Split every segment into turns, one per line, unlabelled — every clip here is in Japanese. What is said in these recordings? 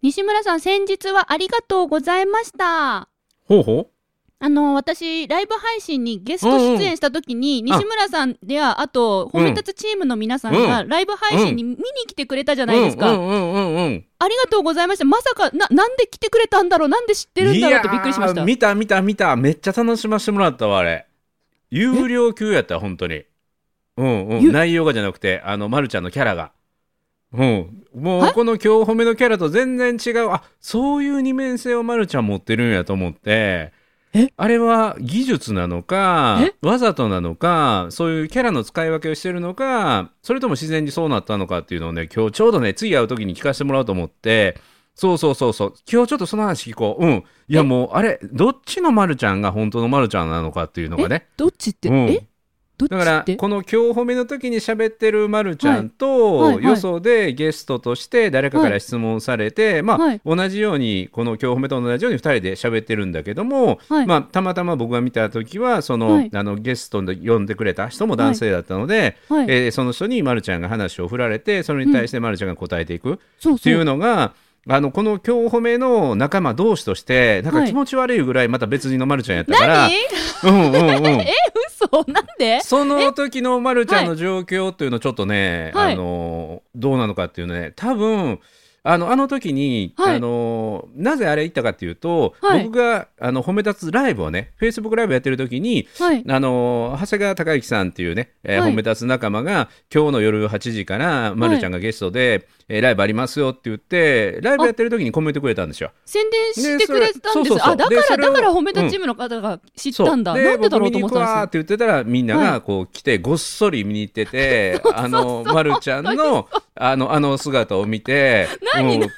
西村さん、先日はありがとうございました。
ほうほ
あの、私、ライブ配信にゲスト出演した時に、
んあ
西村さんや、あと、
うん
褒め立つチームの皆さんが、
う
ライブ配信に見に来てくれたじゃ
う
ないですか。
うんうんうんうんうん
ありがとうございました。まさか、な、なんで来てくれたんだろうなんで知ってるんだろうってびっくりしまし
いや
た
ー。見た見た見ためっちゃ楽しませてもらったわあれ有料級やった本当にうんう
ゆ
ん内容がじゃなくてあの、ま、るちゃんのキャラがうんも
は
う
い
この今日褒めのキャラと全然違うあそういう二面性をまるちゃん持ってるんやと思って
え
あれは技術なのかわざとなのかそういうキャラの使い分けをしてるのかそれとも自然にそうなったのかっていうのをね今日ちょうどね次会う時に聞かせてもらおうと思ってそうそうそうそう今日ちょっとその話聞こううんいやもうあれどっちのまるちゃんが本当のまるちゃんなのかっていうのがね
どっちって、
うん
えどっち
だか
っ
ら
て
この今日褒めの時に喋ってるまるちゃんと、
はいはいはい
よそでゲストとして誰かか
は
ら質問されて、まあ、
はい
同じようにこの今日褒めと同じように2人で喋ってるんだけども、
はい
まあ、たまたま僕が見た時はその、
はい
あのゲストで呼んでくれた人も男性だったので、
はい。
えーその人にまるちゃんが話を振られてそれに対してまるちゃんが答えていく、
そう
って
そ。
いううのが、あのこの今日褒めの仲間同士としてなん
は
か
い
気持ち悪いぐらいまた別人のまるちゃんやったから、
何
うんうん うん、
嘘なんで
その時のまるちゃんの状況っていうのちょっとね、
はい
あのどうなのかっていうのね多分あのあの時に、
はい
あのなぜあれ言ったかっていうと、
はい
僕があの褒め立つライブをね Facebook ライブやってる時に
はい。
あの長谷川隆之さんっていうね、えー
はい
褒め立つ仲間が今日の夜8時からまるちゃんがゲストで、えーライブありますよって言ってライブやってる時にコメントくれたんですよ。
宣伝してくれたん
ねそれそう
で
そう
す。
そう
あ、だか
で
ら、
それ
だ
を
から褒めたチームの方が知ったんだ。
そう
なんでだろうと思って
僕見に行くわー
た
っ
ん
て言ってたらみんな
は
がこう来てごっそり見に行っ てて、あのまるちゃんのあのあの姿を見て
何
うん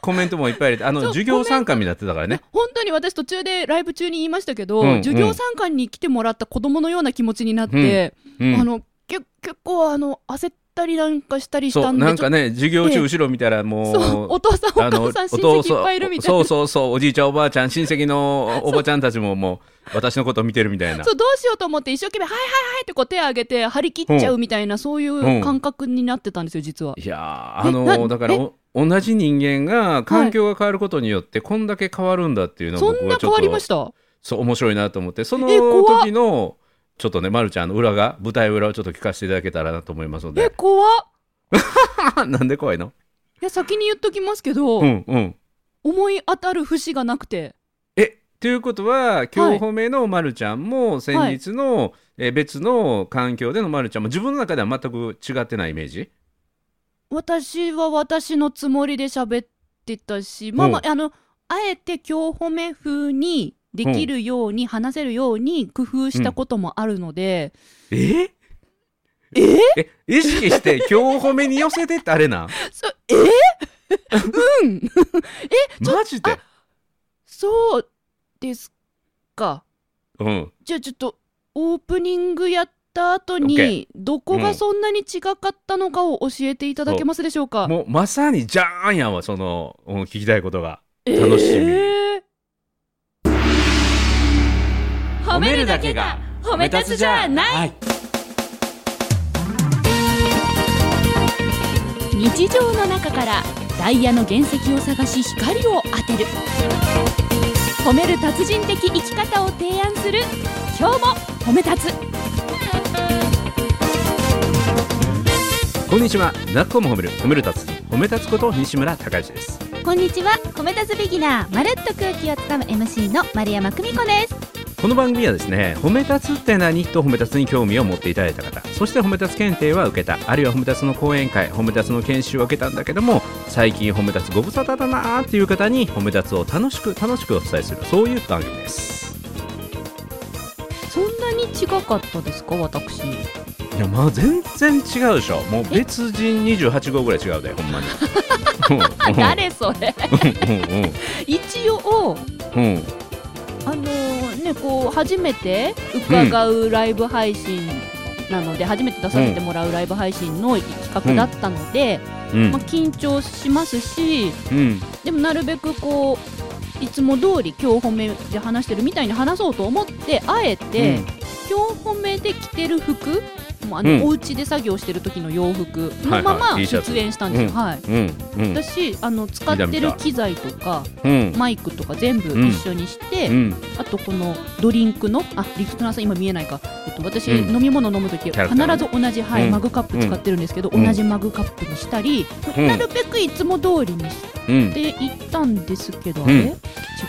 コメントもいっぱい入れてあの
そう
授業参加になってたから
です
ね
よ。本当に私途中でライブ中に言いましたけど、
うんうん
授業参観に来てもらった子供のような気持ちになって、
うん
あのけ結構あの焦ったりなんかしたりし
そ
た
うん
で
なんか
ね、
ね授業
ええ
中後ろ見たら
ちょっとそう
もう
お 父さんお
あの
母さん親戚いっぱいいるみたい
お
な
父さんそうそうそうおじいちゃんおばあちゃん親戚のおばちゃんたちももう私のこと見てるみたいな
そうどうしようと思って一生懸命「はいはいはい」ってこう手を挙げて張り切っちゃうみたいな、そういう感覚になってたんですよ実は。
いやー
え
あの
な
だからお同じ人間が環境が変わることによってこんだけ変わるんだっていうのを
そ
僕
ん
は
な
ち
変
ょっ
わりま
と
した
そう面白いなと思ってその
え怖っ
時のちょっとね、ま、るちゃんの裏が舞台裏をちょっと聞かせていただけたらなと思いますの
え
で
怖っ
なんで怖いの
いや先に言っときますけど、
うんうん
思い当たる節がなくて
えということは今日褒めのまるちゃんも先日の、えー別の環境でのまるちゃんも自分の中では全く違ってないイメージ
私は私のつもりで喋ってたしまあまあ,、あのあえて今日褒め風にできるように、話せるように工夫したこともあるので、
え
え
え意識して今日褒めに寄せてってあれなん
そえうん
マジで
そうですか
うん
じゃあちょっとオープニングやった後
オッケ
にどこがそんなに違かったのかを教えていただけますでしょうか、
もうまさにじゃーんやんわその、うん、聞きたいことが
え
楽しみ
ー褒めるだけが褒め立つじゃない
い
日常の中からダイヤの原石を探し光を当てる褒める達人的生き方を提案する今日も褒め立つ
こんにちはなっこも褒める褒める立つ褒め立つこと西村孝之です
こんにちは褒め立つビギナーまるっと空気をつかむ MC の丸山久美子です
この番組はですね褒め立つって何と褒め立つに興味を持っていただいた方そして褒め立つ検定は受けたあるいは褒め立つの講演会褒め立つの研修を受けたんだけども最近褒め立つご無沙汰だなーっていう方に褒め立つを楽しく楽しくお伝えするそういう番組です
そんなに違かったですか私
いやまあ全然違うでしょもう別人28号ぐらい違うでほんまにうん
誰それ
う
一応
んうんうん
あのーねこう初めて伺うライブ配信なので、初めて出させてもらうライブ配信の企画だったので、
うん
まあ、緊張しますし
うん
でもなるべくこういつも通り今日褒めで話してるみたいに話そうと思ってあえて、今日褒めで着てる服もうあの、
うん
お家で作業してる時の洋服のま
はい
ま
はい
出演したんですよ。はい
うんうん
私あの使って
見た見
る
た
機材とか
うん
マイクとか全部一緒にして、
うん
あとこのドリンクのあリスナーさん今見えないか、えっと、私、
うん
飲み物飲む時
キャラ
必
クター
ず同じ、はい
うん
マグカップ使ってるんですけど、
うん
同じマグカップにしたり、
うん
なるべくいつも通りにし
うん
ていったんですけど、
う
あ
ん
れ違う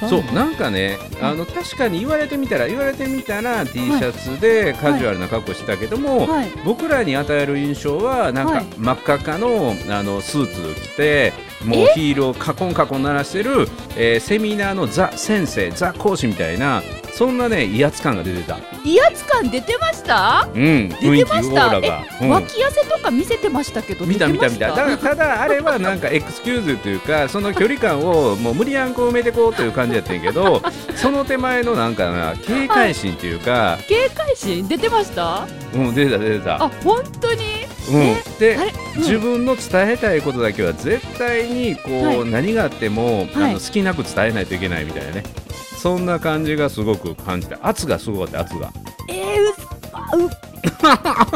そう
の
なんかねあの確かに言われてみたら言われてみたら T シャツでカジュアルな格好してたけども、
はい
僕らに与える印象はなん
は
か
い
真っ赤っかのあのスーツ着てもうヒールをカコンカコン鳴らしてる、えーセミナーのザ先生ザ講師みたいなそんなね威圧感が出てた、
威圧感出てました、
うん、雰囲
出
気
てまし
オー
た
ラが、う
え
ん
脇汗とか見せてましたけど
見た見た見ただ
出てました
からだあれはなんかエクスキューズというかその距離感をもう無理やんこ埋めてこうという感じやったんやけ どその手前のなんかな警戒心というか、
警戒心出てました
うん出てた出てた
あ本当に
うん、で
あれ、うん
自分の伝えたいことだけは絶対にこう、
はい
何があっても、
はい
あの好きなく伝えないといけないみたいなねそんな感じがすごく感じた圧がすごかった圧が
えー、うっあうっ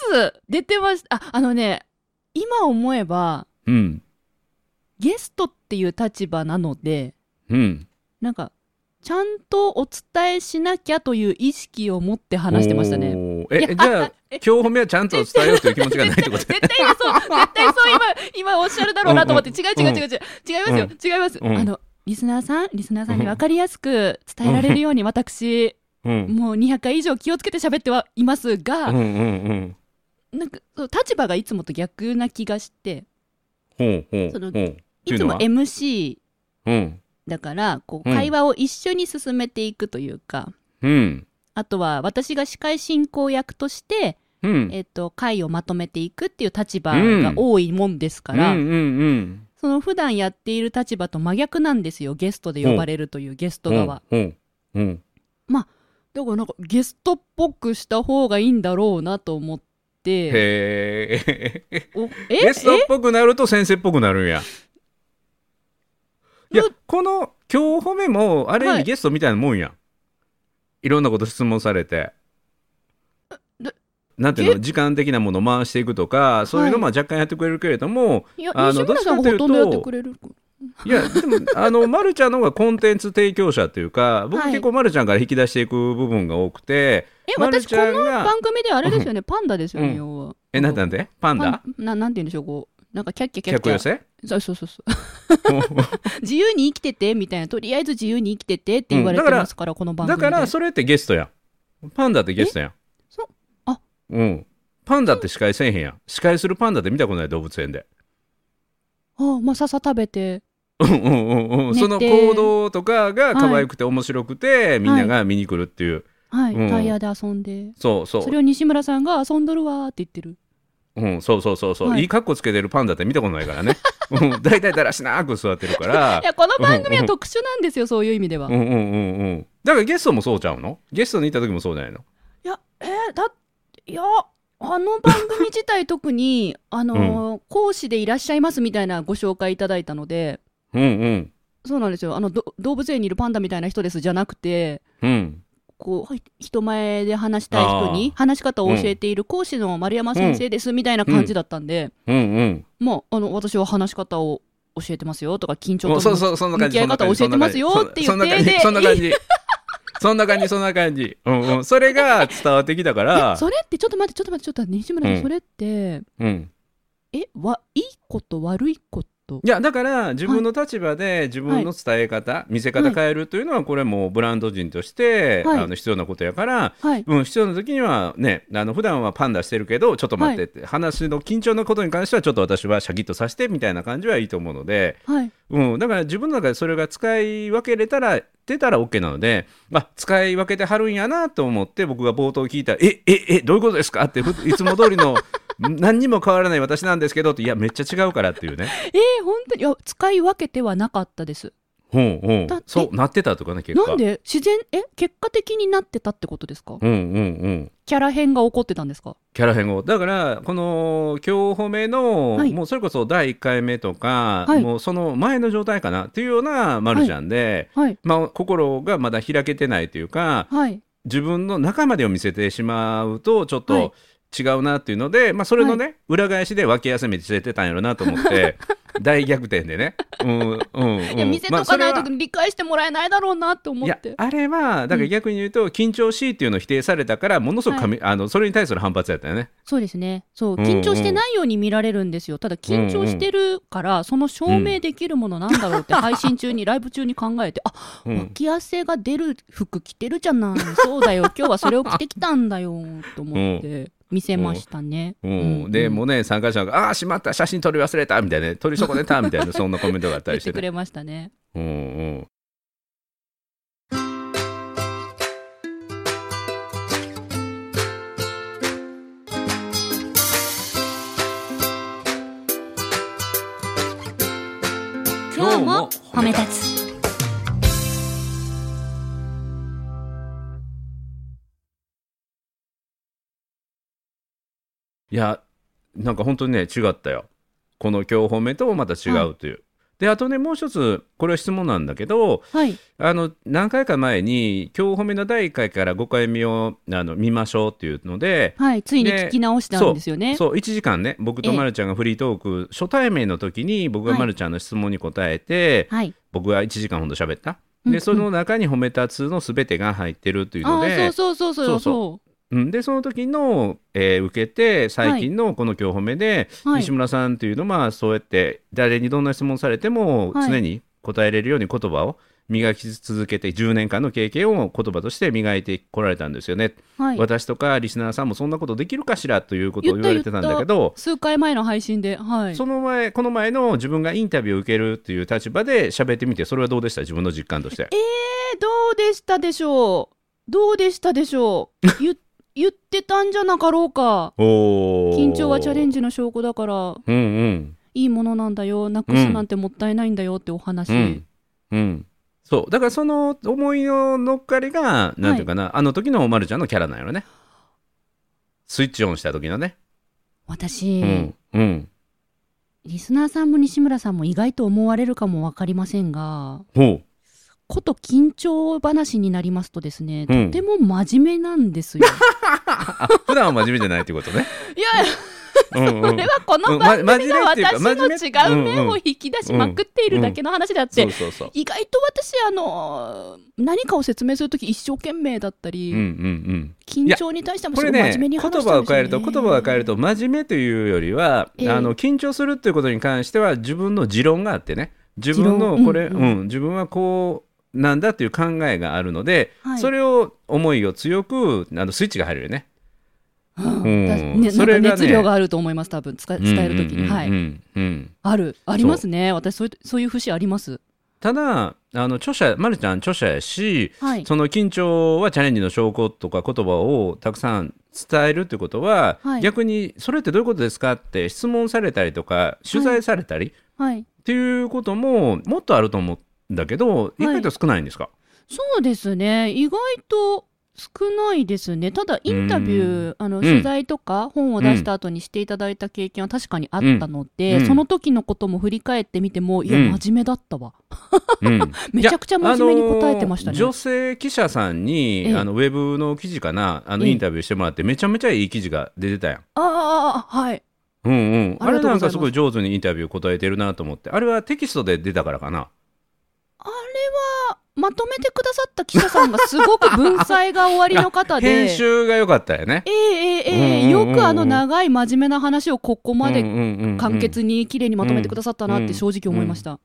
圧出てましたああのね今思えば
うん
ゲストっていう立場なので
うん
なんかちゃんとお伝えしなきゃという意識を持って話してましたね。
おーえじゃあ
え
今日褒めはちゃんと伝えようという気持ちがないってこと
絶対絶対そう、絶対そう、今、今おっしゃるだろうなと思って、違う違う違う違う、違いますよ、違います。
うん
あの、リスナーさん、リスナーさんに分かりやすく伝えられるように、私、
うん
もう200回以上気をつけて喋ってはいます
うん
が、
うんうん
なんか、そう立場がいつもと逆な気がして、
ほうほう
その
ほう
いつも
っていう
MC
のはうん
だから、こう、
うん
会話を一緒に進めていくというか、
うん
あとは私が司会進行役として、
うん
えっと、会をまとめていくっていう立場が多いもんですから、
うんうんうん
その普段やっている立場と真逆なんですよゲストで呼ばれるというゲスト側、
うんうん
だからなんかゲストっぽくした方がいいんだろうなと思って
へえ
おえ
ゲストっ
え
ぽくなると先生っぽくなるんや。いや
の、
この今日褒めも、ある意
は
味
い
ゲストみたいなもんやん。いろんなこと質問されて
だ。
なんていうの
え
時間的なものを回していくとかそういうのも若干やってくれるけれども、
いや
あ
西
の
村さんがほとんどやってくれる
い、やでもあの、ま、るちゃんの方がコンテンツ提供者というか僕
はい
結構まるちゃんから引き出していく部分が多くて、
え
まる
私
ち
こ
ゃん
の
が
番組であれですよねパンダですよね、
うん
要は
えなんてなんでパンダ
ななんて言うんでしょうこうなんかキャッキャキャッ
客
キ
寄
ャ
せ
そうそうそうそう 自由に生きててみたいなとりあえず自由に生きててって言われてますから、この番組
だ
で
からそれってゲストやんパンダってゲストやん
そあ
うんパンダって司会せえへんやん司会するパンダって見たことない動物園で
あまあ笹食べて
うんうんうんうん
寝て
その行動とかが可愛くて面白くて、みんなが見に来るっていう、
はい、
うん
タイヤで遊んで
そうそう
それを西村さんが遊んどるわーって言ってる。
うん、そうそうそうそう、
はい
い、い格好つけてるパンダって見たことないか らねうん大体だらしなく座ってるから
いや、この番組は特殊なんですよ、そういう意味では。
うんうんうんうんだからゲストもそうちゃうのゲストに行った時もそうじゃないの
いや、えーだいや、あの番組自体特 に、あのー講師でいらっしゃいますみたいなご紹介いただいたので、
うんうん
そうなんですよ。あの、ど動物園にいるパンダみたいな人ですじゃなくて、
うん
こう、はい人前で話したい人に
あー
話し方を教えている講師の丸山先生ですみたいな感じだったんで、
うんうん
まあ、あの、私は話し方を教えてますよとか、緊張と
もう
も
そうそうそんな感
向
じ
き合い方
そんな感じ
教えてますよっていう
そんな感じ
体で
そんな感じそんな感じそんな感じうんうんそれが伝わってきたか
え
ら
それってちょっと待ってちょっと待ってちょっと待って西村さん、
うん
それって
うん
えわいいこと悪いこと
いやだから自分の立場で自分の伝え方、見せ方変えるというのはこれもブランド人として、
はい
あの必要なことやから、
はい
うん、必要な時にはねあの普段はパンダしてるけどちょっと待ってって、話の緊張のことに関してはちょっと私はシャキッとさせてみたいな感じはいいと思うので、
はい
うん、だから自分の中でそれが使い分けれたら出たら OK なので、あ、使い分けてはるんやなと思って僕が冒頭聞いたら「えええどういうことですか?」ってふいつも通りの 何にも変わらない私なんですけどっていやめっちゃ違うからっていうね。
えー、本当にいや使い分けてはなかったです
ほうほう
だって
そうなってたとかね結果
なんで自然え結果的になってたってことですか、
うんうんうん
キャラ変が起こってたんですか
キャラ変更だからこの今日褒めの、
はい
もうそれこそ第1回目とか、
はい
もうその前の状態かなっていうようなマルちゃんで、
はい
まあ、心がまだ開けてないというか
はい
自分の中までを見せてしまうとちょっ
はい
と違うなっていうので、まあ、それのね、裏返しで脇休めしてたんやろなと思って 大逆転でね。うんうんうん
いや見せ
ま
と
あそ
か
れ
な
はい
と理解してもらえないだろうなと思っ
いや
て
あれはだから逆に言うと、緊張しいっていうのを否定されたからものすごくかみ、あのそれに対する反発やったよね。
そうですねそう
うんうん
緊張してないように見られるんですよただ緊張してるからその証明できるものなんだろうって配信中にライブ中に考えてあ
うん
脇汗が出る服着てるじゃないそうだよ今日はそれを着てきたんだよと思って見せましたね
うん
うん
で
うん
もうね参加者が「ああーしまった写真撮り忘れた」みたいなね「撮り損ねた」みたいなそんなコメントがあった
言
り
っ
して
て
ね
くれましたね
うんうん
今日も褒め立つ
いやなんか本当にね違ったよこの今日褒めともまた違うという。であとねもう一つこれは質問なんだけど
はい
あの何回か前に「今日褒め」の第1回から5回目をあの見ましょうっていうので、
はいついに
ね
聞き直したんですよね
そう1時間ね僕と
ええ
まるちゃんがフリートーク、初対面の時に僕が
はい
まるちゃんの質問に答えて、
はい
僕は1時間ほど喋った。
うんう
で
ん
その中に褒めたつのすべてが入ってるという
あ
の
あ
で
ーそうそうそうそうそ
うん、でその時の、えー受けて最近のこの今日褒めで、
うはい
西村さんというのはまあそうやって誰にどんな質問されても
はい
常に答えれるように言葉を磨き続けて10年間の経験を言葉として磨いてこられたんですよね、
はい
私とかリスナーさんもそんなことできるかしらということを
言っ
言
た
われてたんだけど
数回前の配信ではい
その前この前の自分がインタビューを受けるという立場で喋ってみてそれはどうでした自分の実感として。
どうでしたでしょうどうでしたでしょう 言言ってたんじゃなかろうか緊
緊
張はチャレン
ジ
ジの証拠だから
うんうん
いいものなんだよなくすなんてもったいないんだよってお話、
うんうん、そうだからその思いの乗っかりがなんていうかな、あの時のまるちゃんのキャラなんやろねスイッチオンした時のね、
私、
うんうん
リスナーさんも西村さんも意外と思われるかも分かりませんが
ほ
こと緊張話になりますとですね、
うん
とても真面目なんですよ
う普段は真面目じゃないってい うことね
いや
うん
こ
うん
れはこの番組が私の違う面を引き出しまくっているだけの話であって
そうそうそう
意外と私あのー何かを説明するとき一生懸命だったり、
うんうんうん
緊張に対しても
こ
すご
れ
い
ね
真面目に
言
話してるんですよ、ね、
葉を変えると言葉を変えると真面目というよりは、
ええ
あの緊張するということに関しては自分の持論があってね自
持
分
論
のこれ、
う
うんん
うん
自分はこうなんだという考えがあるので、
はい
それを思いを強くあのスイッチが入るよね。
うん
うん
だね、な
そ
んか
れがね
熱量があると思います多分使え伝えるときに、
うんうんうんうん
は
う
い
んうん
あるありますね私そういうそういう節あります
ただあの著者、ま、るちゃん著者やし、
はい
その緊張はチャレンジの証拠とか言葉をたくさん伝えるということは、
はい
逆にそれってどういうことですかって質問されたりとか取材されたり、
はい
っていうことももっとあると思うんだけど意外と少ないんで すか、
そうですね意外と少ないですねただインタビューあの
うん
取材とか本を出した後にしていただいた経験は確かにあったので、
うん
その時のことも振り返ってみてもいや
うん
真面目だったわ
うん
めちゃくちゃ真面目に答えてましたね
いやあの女性記者さんに、
ええ
あのウェブの記事かなあの
ええ
インタビューしてもらって、めちゃめちゃいい記事が出てたやん。
ああはい
うんうん、
あ
あ
りがとう
れ
ございます
なんかすごい上手にインタビュー答えてるなと思ってあれはテキストで出たからかな
あれはまとめてくださった記者さんがすごく文才が終わりの方で
編集が良かったよね
ええええええ
うんうんうんう
よ
ん
くあの長い真面目な話をここまで簡
簡
潔に綺麗にまとめてくださったなっ
う
て
ん
正直思いました。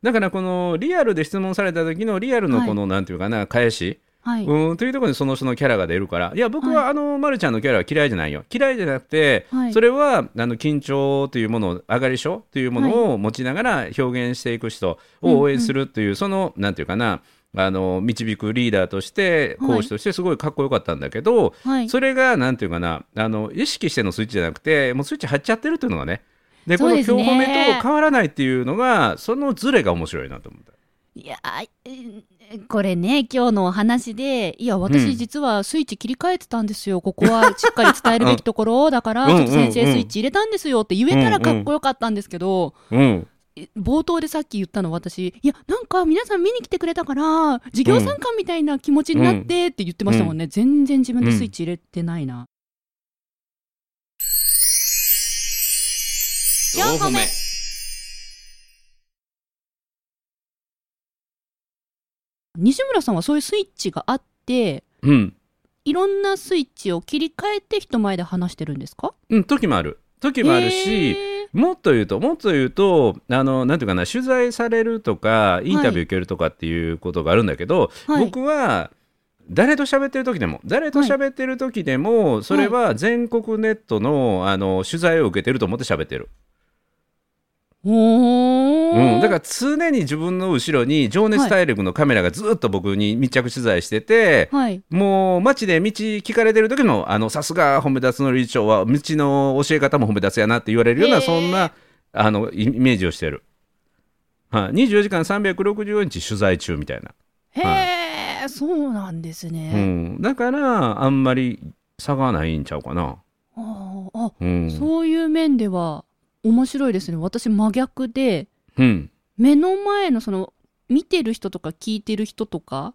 だからこのリアルで質問された時のリアルのこの、なんていうかな返し、
はい、
うんというところにその人のキャラが出るからいや僕は、
は
あの、ま、るちゃんのキャラは嫌いじゃないよ嫌いじゃなくて、
はい
それはあの緊張というものを上がり症というものを持ちながら表現していく人を応援するという、そのなんていうかなあの導くリーダーとして
はい
講師としてすごいかっこよかったんだけど、
はい、
それがなんていうかなあの意識してのスイッチじゃなくてもうスイッチ張っちゃってるというのがねで
そうですね
この今日褒めと変わらないっていうのがそのズレが面白いなと思った。
いやーえーこれね今日のお話でいや
う
私
ん
実はスイッチ切り替えてたんですよ、ここはしっかり伝えるべきところだから
うん
ちょっと先
うんう
生
ん
スイッチ入れたんですよって言えたらかっこよかったんですけど、
うん。
え冒頭でさっき言ったの私いやなんか皆さん見に来てくれたから授業参観みたいな気持ちになってって言ってましたもんね、全然自分でスイッチ入れてないな、
四個目
西村さんはそういうスイッチがあって
うん。
いろんなスイッチを切り替えて人前で話してるんですか
うん、時もある。時もあるし、
えー
もっと言うと、もっと言うと、あの、なんていうかな、取材されるとか、インタビュー受けるとかっていうことがあるんだけど、
はい
僕は、誰と喋ってる時でも、誰と喋ってる時でも、それは全国ネットの、あの、取材を受けてると思って喋ってる。
おー、
うん。だから常に自分の後ろに、情熱大陸のカメラがずっと僕に密着取材してて、
はい
もう街で道聞かれてる時もあのさすが褒め立つの理事長は道の教え方も褒め立つやなって言われるような、
へー
そんなあのイイメージをしてる、はい、24時間365日取材中みたいな、
へえ、そうなんです
う
ね、
ん、だからあんまり差がないんちゃうかな、
あーあ
うん
そういう面では面白いですね私真逆で
うん、
目の前のその見てる人とか聞いてる人とか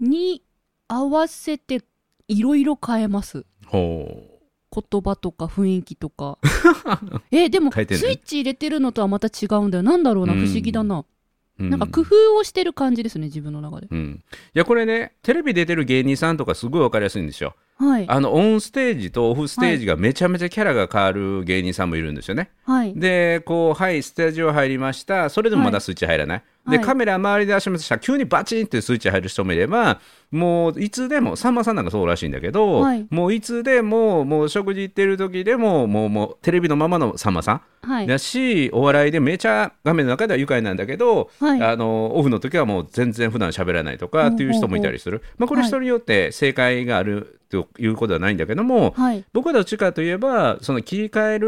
に合わせていろいろ変えます
ほ
言葉とか雰囲気と かえでも、
変えてんね
スイッチ入れてるのとはまた違うんだよなんだろうな
う
不
ん
思議だな、
う、う
なんか工夫をしてる感じですね自分の中で
うん、いやこれねテレビ出てる芸人さんとかすごい分かりやすいんですよ
はい
あのオンステージとオフステージがめちゃめちゃキャラが変わる芸人さんもいるんですよね、
はい
でこうはいスタジオ入りましたそれでもま
は
だ
い
スイッチ入らない、
はい
でカメラ周りで足元したら急にバチンってスイッチ入る人もいればもういつでもさんまさんなんかそうらしいんだけど、
はい
もういつでももう食事行ってる時でももうもうテレビのままのさんまさ
はい
んだし、お笑いでめちゃ画面の中では愉快なんだけど、
はい
あのオフの時はもう全然普段喋らないとかっていう人もいたりする、まあ、これ
はい
人によって正解があるということはないんだけども、
はい
僕はどっちかといえばその切り替え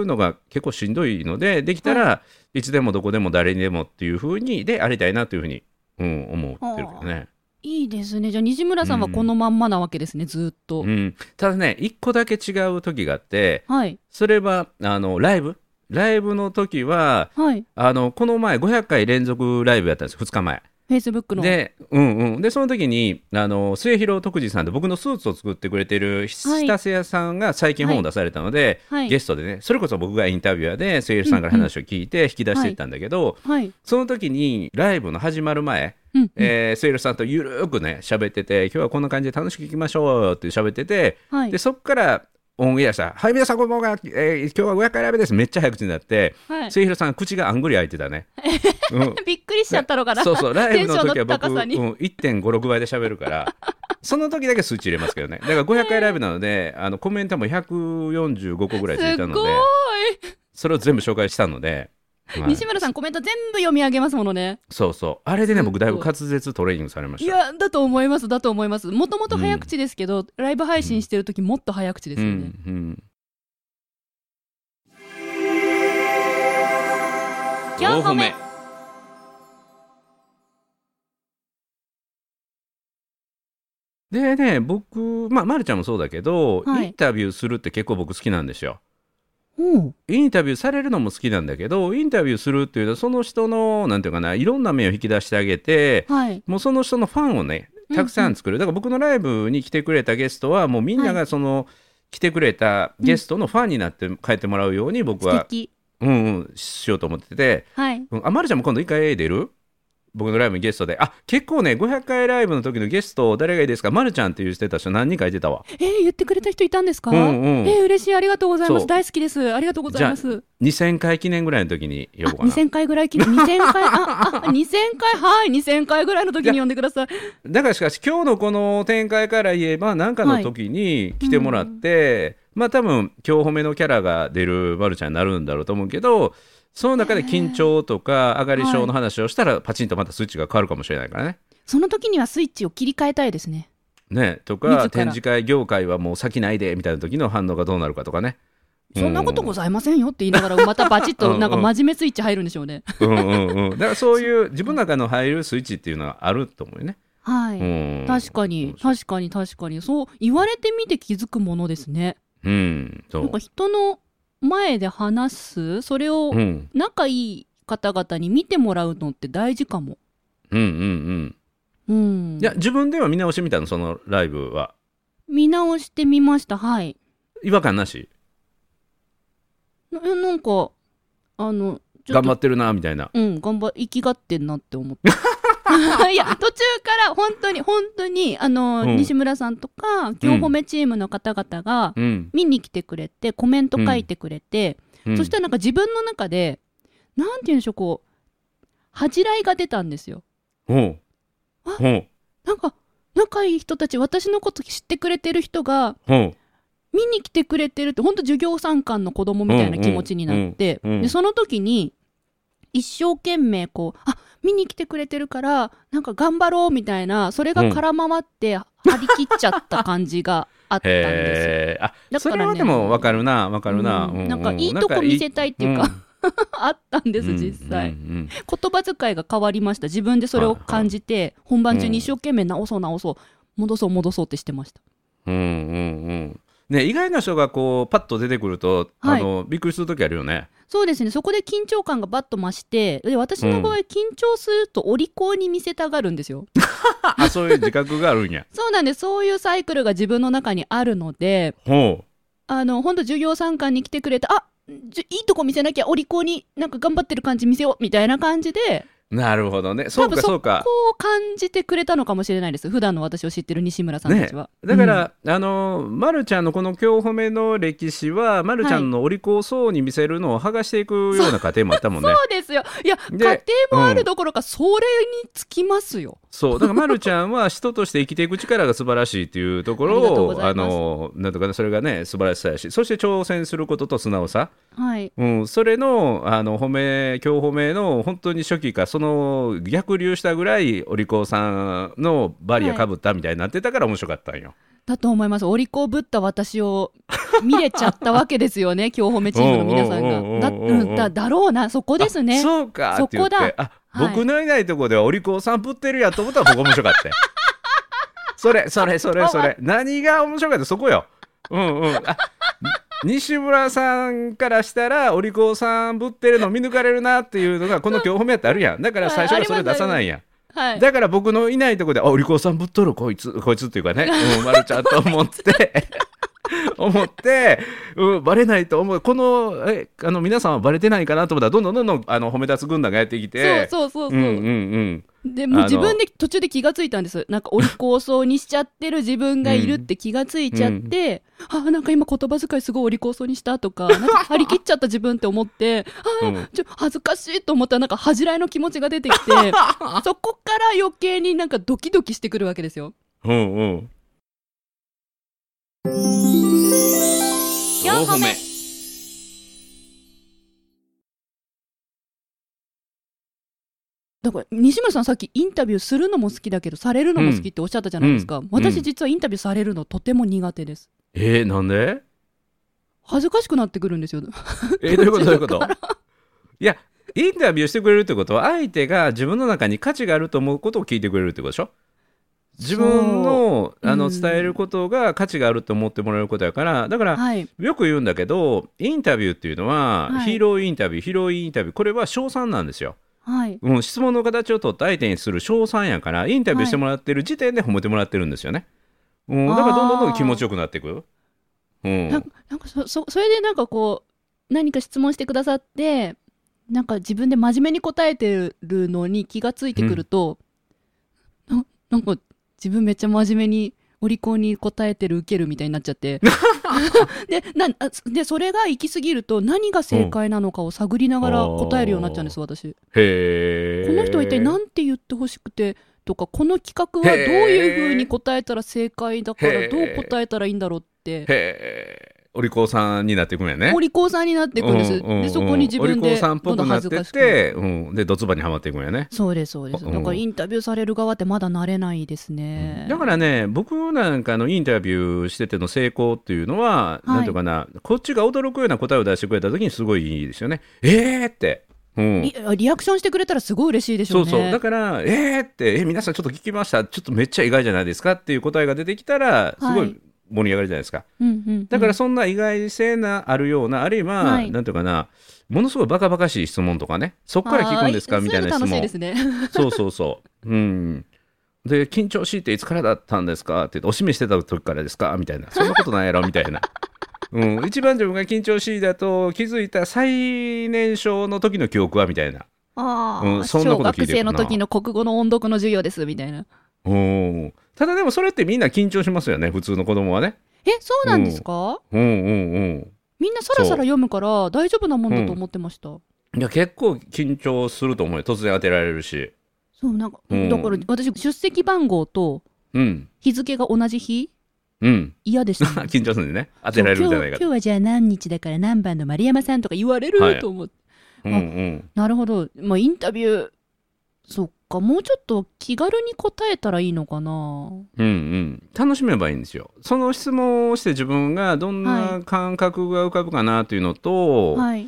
るのが結構しんどいのでできたら、い、つでもどこでも誰にでもっていうふうにでありたいなというふうに、うん、思ってるけどね、
いいですねじゃあ西村さんはこのまんまなわけですね、ずーっと、
うん、ただね一個だけ違う時があって
はい
それはあのライブライブの時は
はい
あのこの前500回連続ライブやったんです2日前
フェイスブックの
で,、うんうん、でその時にあの末広徳次さんと僕のスーツを作ってくれてる
はい
下瀬屋さんが最近本を出されたので、
はい
ゲストでねそれこそ僕がインタビュアーで声優さんから話を聞いて引き出していったんだけど、
はい
その時にライブの始まる前、
うんうん
えー、声優さんとゆるーくね喋ってて今日はこんな感じで楽しく聞きましょうって喋ってて、
はい
でそっからオンエアした「はい皆さんこんばんは、えー今日は500回ライブです」めっちゃ早口になって
はい
末広さん口があんぐり開いてた ね。うん
びっくりしちゃったのかな
そうそうライブの時
テンションの
は僕、う
高
ん、
さに
1.56倍で喋るからその時だけ数値入れますけどねだから500回ライブなので、あのコメントも145個ぐらいついた
す
の
ご
で
い
それを全部紹介したので、はい
西村さんコメント全部読み上げますものね
そうそうあれでね
すごい
僕だいぶ滑舌トレーニングされま
い
した
やだと思いますだと思いますもともと早口ですけど、ライブ配信してる時もっと早口です
う
よね、
んうん
四歩目
でね僕、まあ、まるちゃんもそうだけど、
はい
インタビューするって結構僕好きなんですよ。
うん
インタビューされるのも好きなんだけどインタビューするっていうのはその人のなんていうかないろんな面を引き出してあげて
はい
もうその人のファンをねたくさん作る、だから僕のライブに来てくれたゲストはもうみんながその、来てくれたゲストのファンになって帰ってもらうように僕
素
は、
敵
うんうん、しようと思ってて、
はい
うんあまるちゃんも今度一回出る僕のライブにゲストであ結構ね500回ライブの時のゲスト誰がいいですかまるちゃんっていうしてた人何人かいてたわ
えー、言ってくれた人いたんですか、
うんうん
えー、嬉しいありがとうございま
そ
す
う
大好きですありがとうございま
じ
す
2000回記念ぐらいの時に
あ
呼ぼうかな
2000回ぐらい記念2000回ああ2000回はい2000回ぐらいの時に呼んでください
だからしかし今日のこの展開から言えば何かの時に来てもらって、まあ多分今日褒めのキャラが出るまるちゃんになるんだろうと思うけどその中で緊張とか上がり症の話をしたらパチンとまたスイッチが変わるかもしれないからね。
その時にはスイッチを切り替えたいですね
ね、と
自
から展示会業界はもう先ないでみたいな時の反応がどうなるかとかね、
そんなことございませんよって言いながらまたバチッ
うんう
と
ん
なんか真面目スイッチ入るんでしょうね。
うんうんうん、だからそういう自分の中の入るスイッチっていうのはあると思うよね。
は
う
い。
ん、
確かに確かに確かにそう言われてみて気づくものですね。
うん、そ
な
うん
か。人の前で話すそれを
うん、
仲いい方々に見てもらうのって大事かも。
うん、うん、うん。
うん
い、や、自分では見直してみたの、そのライブは。
見直してみましたはい
違和感なし。
ななんかあのちょっ
頑張
と
ってるな、みたいな。
うん頑張っ生きがってんなって思った いや途中から本当に本当にあの、
うん
西村さんとか今日褒めチームの方々が
うん。
見に来てくれてコメント書いてくれて、そしたら
ら、
なんか自分の中でなんて言うんでしょうこう恥じらいが出たんですよ
おう。
あ
おう。
なんか仲いい人たち私のこと知ってくれてる人が
おう。
見に来てくれてるって本当授業参観の子供みたいな気持ちになって、
うんうんうんうん
でその時に一生懸命こうあ見に来てくれてるからなんか頑張ろうみたいなそれが空回って張り切っちゃった感じがあったんですよ。
へえ。あ、
だか
そ
らね
れはでもわかるな、わかるな。
う
うんう
なんかいいとこ見せたいっていうか、 あったん
う
で
ん
す実際、
うんうん
言葉遣いが変わりました自分でそれを感じて、本番中に一生懸命直そう直そう戻そう戻そうってしてました
うんうんうん。ね、意外な人がこうパッと出てくると、
はい
あのびっくりする時あるよね。
そうですねそこで緊張感がバッと増してで私の場合、緊張するとお利口に見せたがるんですよ
あ、そういう自覚があるんや。
そうなんですそういうサイクルが自分の中にあるので
ほ
あの本当授業参観に来てくれたあじいいとこ見せなきゃお利口になんか頑張ってる感じ見せようみたいな感じで
う。なるほどね。そ
多
う
分
か、そうか
こ。う感じてくれたのかもしれないです普段の私を知ってる西村さんた
ね
ちは、、
だから、あのま、るちゃんのこの今日褒めの歴史は、ま、るちゃんのお利口そうに見せるのを剥がしていくような過程もあったもんね。
そうですよいや家
で
庭もあるどころかそれにつきますよ、
そうだからまるちゃんは人として生きていく力が素晴らしいっていうとこ ろ
ありがとうご
を
ざ
あ
います
のなんとかねそれがね素晴らしさやしそして挑戦することと素直さ、
はい
うん、それのあの褒め今日褒めの本当に初期かその逆流したぐらいお利口さんのバリアかぶったみたいになってたから面白かったんよ。
だと思いますお利口ぶった私を見れちゃったわけですよね今日褒めチームの皆さ
おうおうおうお
ん
う
がだうんだだろうなそこです
あ
ね
そうかって言って
そこだ
あ、
はい
僕のいないとこではお利口さんぶってるやと思ったら僕面白かったよ それそれそれそれ何が面白かったそこようんうんあ西村さんからしたらお利口さんぶってるの見抜かれるなっていうのがこの今日褒めやってあるやんだから最初からそれ出さないやん
はい
だから僕のいないとこで「あお利口さんぶっとるこいつこいつ」っていう かね「うん、まるちゃん」と思って思って、うん、バレないと思うこのえあの皆さんはバレてないかなと思ったらどんどんどんどんあの褒め立つ軍団がやってきてう
そうそうそうそう、
んうんうん
でもう
あの
自分で途中で気がついたんですなんかお利口そうにしちゃってる自分がいるって気がついちゃって、あなんか今言葉遣いすごいお利口そうにしたとかなんか張り切っちゃった自分って思ってあ
うん
ちょ恥ずかしいと思ったらなんか恥じらいの気持ちが出てきてそこから余計になんかドキドキしてくるわけですよ。
うんうん
4本目
だから西村さんさっきインタビューするのも好きだけどされるのも好きっておっしゃったじゃないですか、
うんうんう
私
ん
実はインタビューされるのとても苦手です
えー、なんで
恥ずかしくなってくるんですよ
えー、どういうことどういうこといやインタビューしてくれるってことは相手が自分の中に価値があると思うことを聞いてくれるってことでしょ自分の
そう
あ
う
の
ん
伝えることが価値があると思ってもらえることやからだから
はい
よく言うんだけどインタビューっていうのは、
はい
ヒーローインタビューヒーローインタビューこれは賞賛なんですよ、
はい
うん、質問の形を取って相手にする賞賛やからインタビューしてもらってる時点で褒めてもらってるんですよね、うん、だからどんどんどん気持ちよくなっていくうん
なんかなんかそそそれでなんかこう何か質問してくださってなんか自分で真面目に答えてるのに気がついてくると、ななんか自分めっちゃ真面目にお利口に答えてる受けるみたいになっちゃって でなあでそれが行き過ぎると何が正解なのかを探りながら答えるようになっちゃうんです私。
へえ
この人は一体何て言ってほしくてとかこの企画はどういうふうに答えたら正解だか
へ
ら
ー
どう答えたらいいんだろうって
へお利口さんになっていくんやね
お。利口さんになっていくんです。
ううう
で、そこに自分
お利口
で
さ
ど
んっ
ん
ぽ
ど
く
ん
なっ
恥
て
ずかしくなる
て、うん、でドツバにはまっていくんやね。
そうです、そうです。
うん
だからインタビューされる側ってまだ慣れないですね。
だからね僕なんかのインタビューしてての成功っていうのは、
い
なんていうかなこっちが驚くような答えを出してくれた時にすごいいいですよね。えーって、うん
リリアクションしてくれたらすごい嬉しいでしょ
そうう
ね。
そうだから「えー!」って「え皆さんちょっと聞きましたちょっとめっちゃ意外じゃないですか」っていう答えが出てきたらすご
はい
い盛り上がるじゃないですか、
うんうんうん
だからそんな意外性なあるようなあるいは、
はい
なんていうかなものすごいバカバカしい質問とかねそっから聞くんですか
あー
みたいな質
そううの楽しい
問
ですね。
そうそうそううんで緊張しいていつからだったんですかって言っておしめしてた時からですかみたいなそんなことないやろみ たいな。うん、一番自分が緊張しいだと気づいた最年少の時の記憶はみたいな
ああ、
うんそんな
小
こと聞
学
いて
生
るかな
の時の国語の音読の授業ですみたいな。
うんただでもそれってみんな緊張しますよね普通の子供はね。
え、そうなんですか？
うんうんうん。
みんなさらさら読むから大丈夫なもんだと思ってました。
いや結構緊張すると思うよ突然当てられるし。
そうなんか、
うん
だから私出席番号と
うん
日付が同じ日
うん。
嫌でした、
緊張するんでね当てられるじゃ
そ
ないか
う今日今日はじゃあ何日だから何番の丸山さんとか言われる、
はい
と思って
うんうん。
なるほど、まあ、インタビューそっかもうちょっと気軽に答えたらいいのかな
うんうん、楽しめばいいんですよその質問をして自分がどんな感覚が浮かぶかなというのと、
はい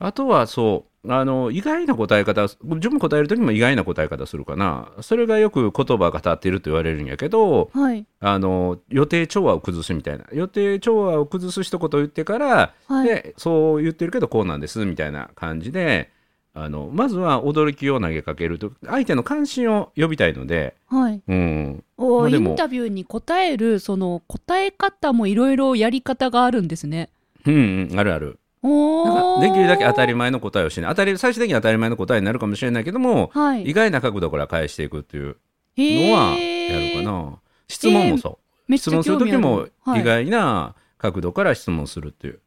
あとはそうあの意外な答え方自分答える時も意外な答え方するかなそれがよく言葉が立っていると言われるんやけど、
はい
あの予定調和を崩すみたいな予定調和を崩す一言言ってから、
はい
でそう言ってるけどこうなんですみたいな感じであのまずは驚きを投げかけると相手の関心を呼びたいので、
はい
うん、
おー
まあで
イ
も
ンタビューに答えるその答え方もいろいろやり方があるんですね
うんうんあるあるなん
お
か
ー
できるだけ当たり前の答えをしない当たり最終的に当たり前の答えになるかもしれないけども、
は
意
い
外な角度から返していくっていうのはやるか
へえ
な、質問もそう、
めっち
質
ゃ
問する
興味
時
ある
も
はい
意外な角度から質問するっていう。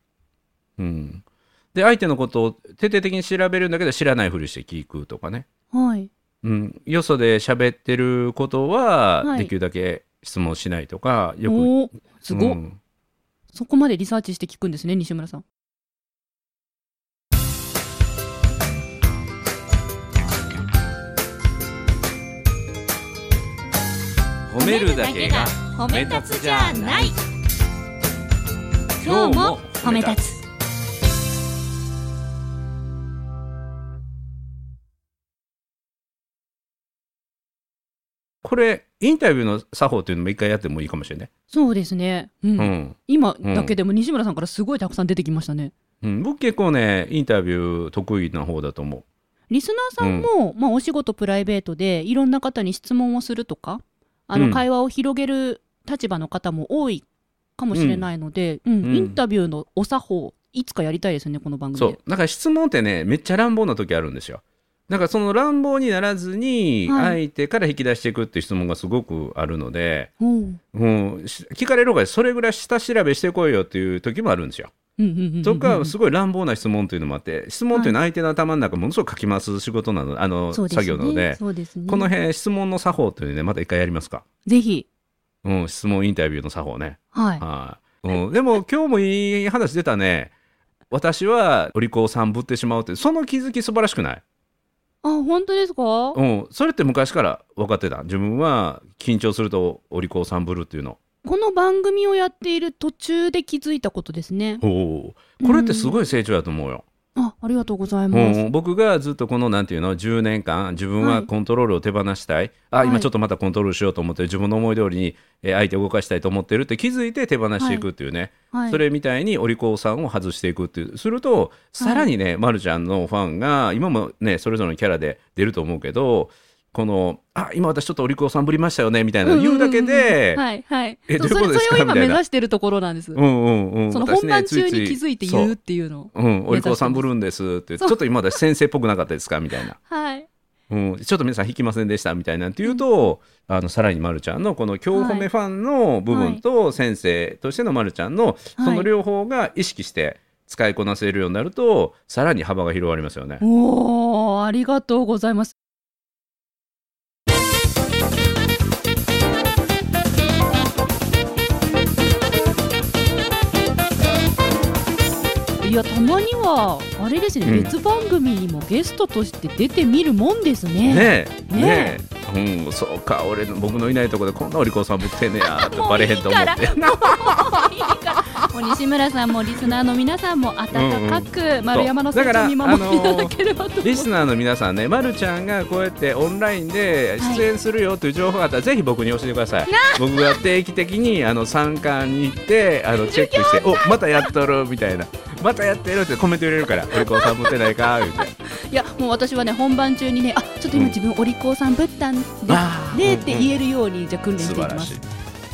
うん、で相手のことを徹底的に調べるんだけど知らないふりして聞くとかね。
はい
うん、よそで喋ってることは
はい
できるだけ質問しないとか、よく。
おーすごっ、
うん
そこまでリサーチして聞くんですね西村さん
褒めるだけが
褒
め立つじゃない
今日も褒め立
つ。
つ
これインタビューの作法っていうのも一回やってもいいかもしれない。
そうですね、うん
うん
今
うん
だけでも西村さんからすごいたくさん出てきましたね、
うん、僕結構ねインタビュー得意な方だと思う。
リスナーさんも、まあ、お仕事プライベートでいろんな方に質問をするとかあ
う
の
ん
会話を広げる立場の方も多いかもしれないので、うん
うん
インタビューのお作法いつかやりたいですねこの番組
そ
で
うなんか質問ってねめっちゃ乱暴な時あるんですよなんかその乱暴にならずに
は
相手から引き出していくっていう質問がすごくあるので、
おううん
うん、し聞かれる方がそれぐらい下調べしてこいよっていう時もあるんですよ。
うんうんうんうん
そこからすごい乱暴な質問というのもあって質問というのは相手の頭の中ものすごく書き回す仕事なのあの
そうですね
作業なので
そうですね
この辺質問の作法というねまた一回やりますか、
ぜひ
うん、質問インタビューの作法ね。
はい
はい、うん、でも今日もいい話出たね私はお利口さんぶってしまうってその気づき素晴らしくない
あ本当ですか
うん、それって昔から分かってた自分は緊張するとお利口さんぶるっていうの
この番組をやっている途中で気づいたことですね
おおこれってすごい成長だと思うよ、
あありがとうござい
うん
ます、
僕がずっとこのなんていうの10年間自分はコントロールを手放したい、あ
はい
今ちょっとまたコントロールしようと思ってる自分の思い通りにえー相手を動かしたいと思ってるって気づいて手放していくっていうね、
はい
それみたいにお利口さんを外していくっていうするとさらにね、まるちゃんのファンが今もねそれぞれのキャラで出ると思うけどこの「あ今私ちょっとお利口さんぶりましたよね」みたいなの言うだけで。
はいはい
え
そう
どういうこ
それ
とです
そ
か
れを今
みた
目
いな
指してるところなんです、
うんうんうん
その
私
本
ね
番中
つ
に
つ
気づいて
そ
言うっ
う
ていうのを
うん、お利口さん
目指してます
ぶるんですってち
そう
ょっと今だし先生っぽくなかったですかみたいな、
はい
うん、ちょっと皆さん引きませんでしたみたいなんて言うと、あのさらにまるちゃんのこの今日褒めファンの部分と先生としてのまるちゃんのその両方が意識して使いこなせるようになるとさらに幅が広がりますよね。
おーありがとうございますいやたまにはあれですね、
うん
別番組にもゲストとして出てみるもんですね
ねえ
ね
ねえ、うん、そうか俺の僕のいないところでこんなお利口さんぶってんね やって
もう
バレへんと思って
いいからいいから もう西村さんもリスナーの皆さんも温かく丸山の成長を見守っていただければと思い
リ
ます
スナーの皆さんね、ま、るちゃんがこうやってオンラインで出演するよという情報があったら、ぜひ僕に教えてください。僕が定期的にあの参加に行ってあのチェックして、おまたやっとるみたいな、またやってるってコメント入れるから、お利口さん持ってないか みたい
いやもう私はね本番中にねあちょっと今
うん
自分お利口さんぶったんで
な。
でって
うん
言えるようにじゃあ訓
うん
練し
素
てい
晴
き
ら
ま
しい
す。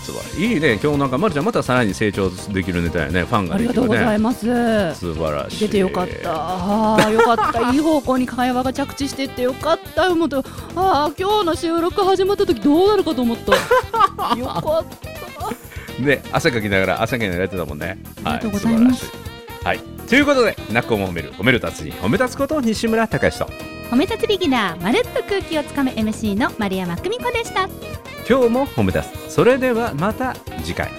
素晴らしい。いいね、今日なんかまるちゃんまたさらに成長できるネタやね、ファンが
ありが
でき
とう
る
ござい
ね。
ます
素晴らしい。
出てよかった。あーよかったいい方向に会話が着地してってよかったもっとああ今日の収録始まった時どうなるかと思った よかった
で汗かきながら汗かきながらやってたもんね。
ありがとうございます
素晴らしい。はい。ということで、なっこも褒める、褒める達人、褒め立つこと西村隆之と。
褒め立つビギナーまるっと空気をつかむ MC の丸山久美子でした
今日も褒め立つ。それではまた次回。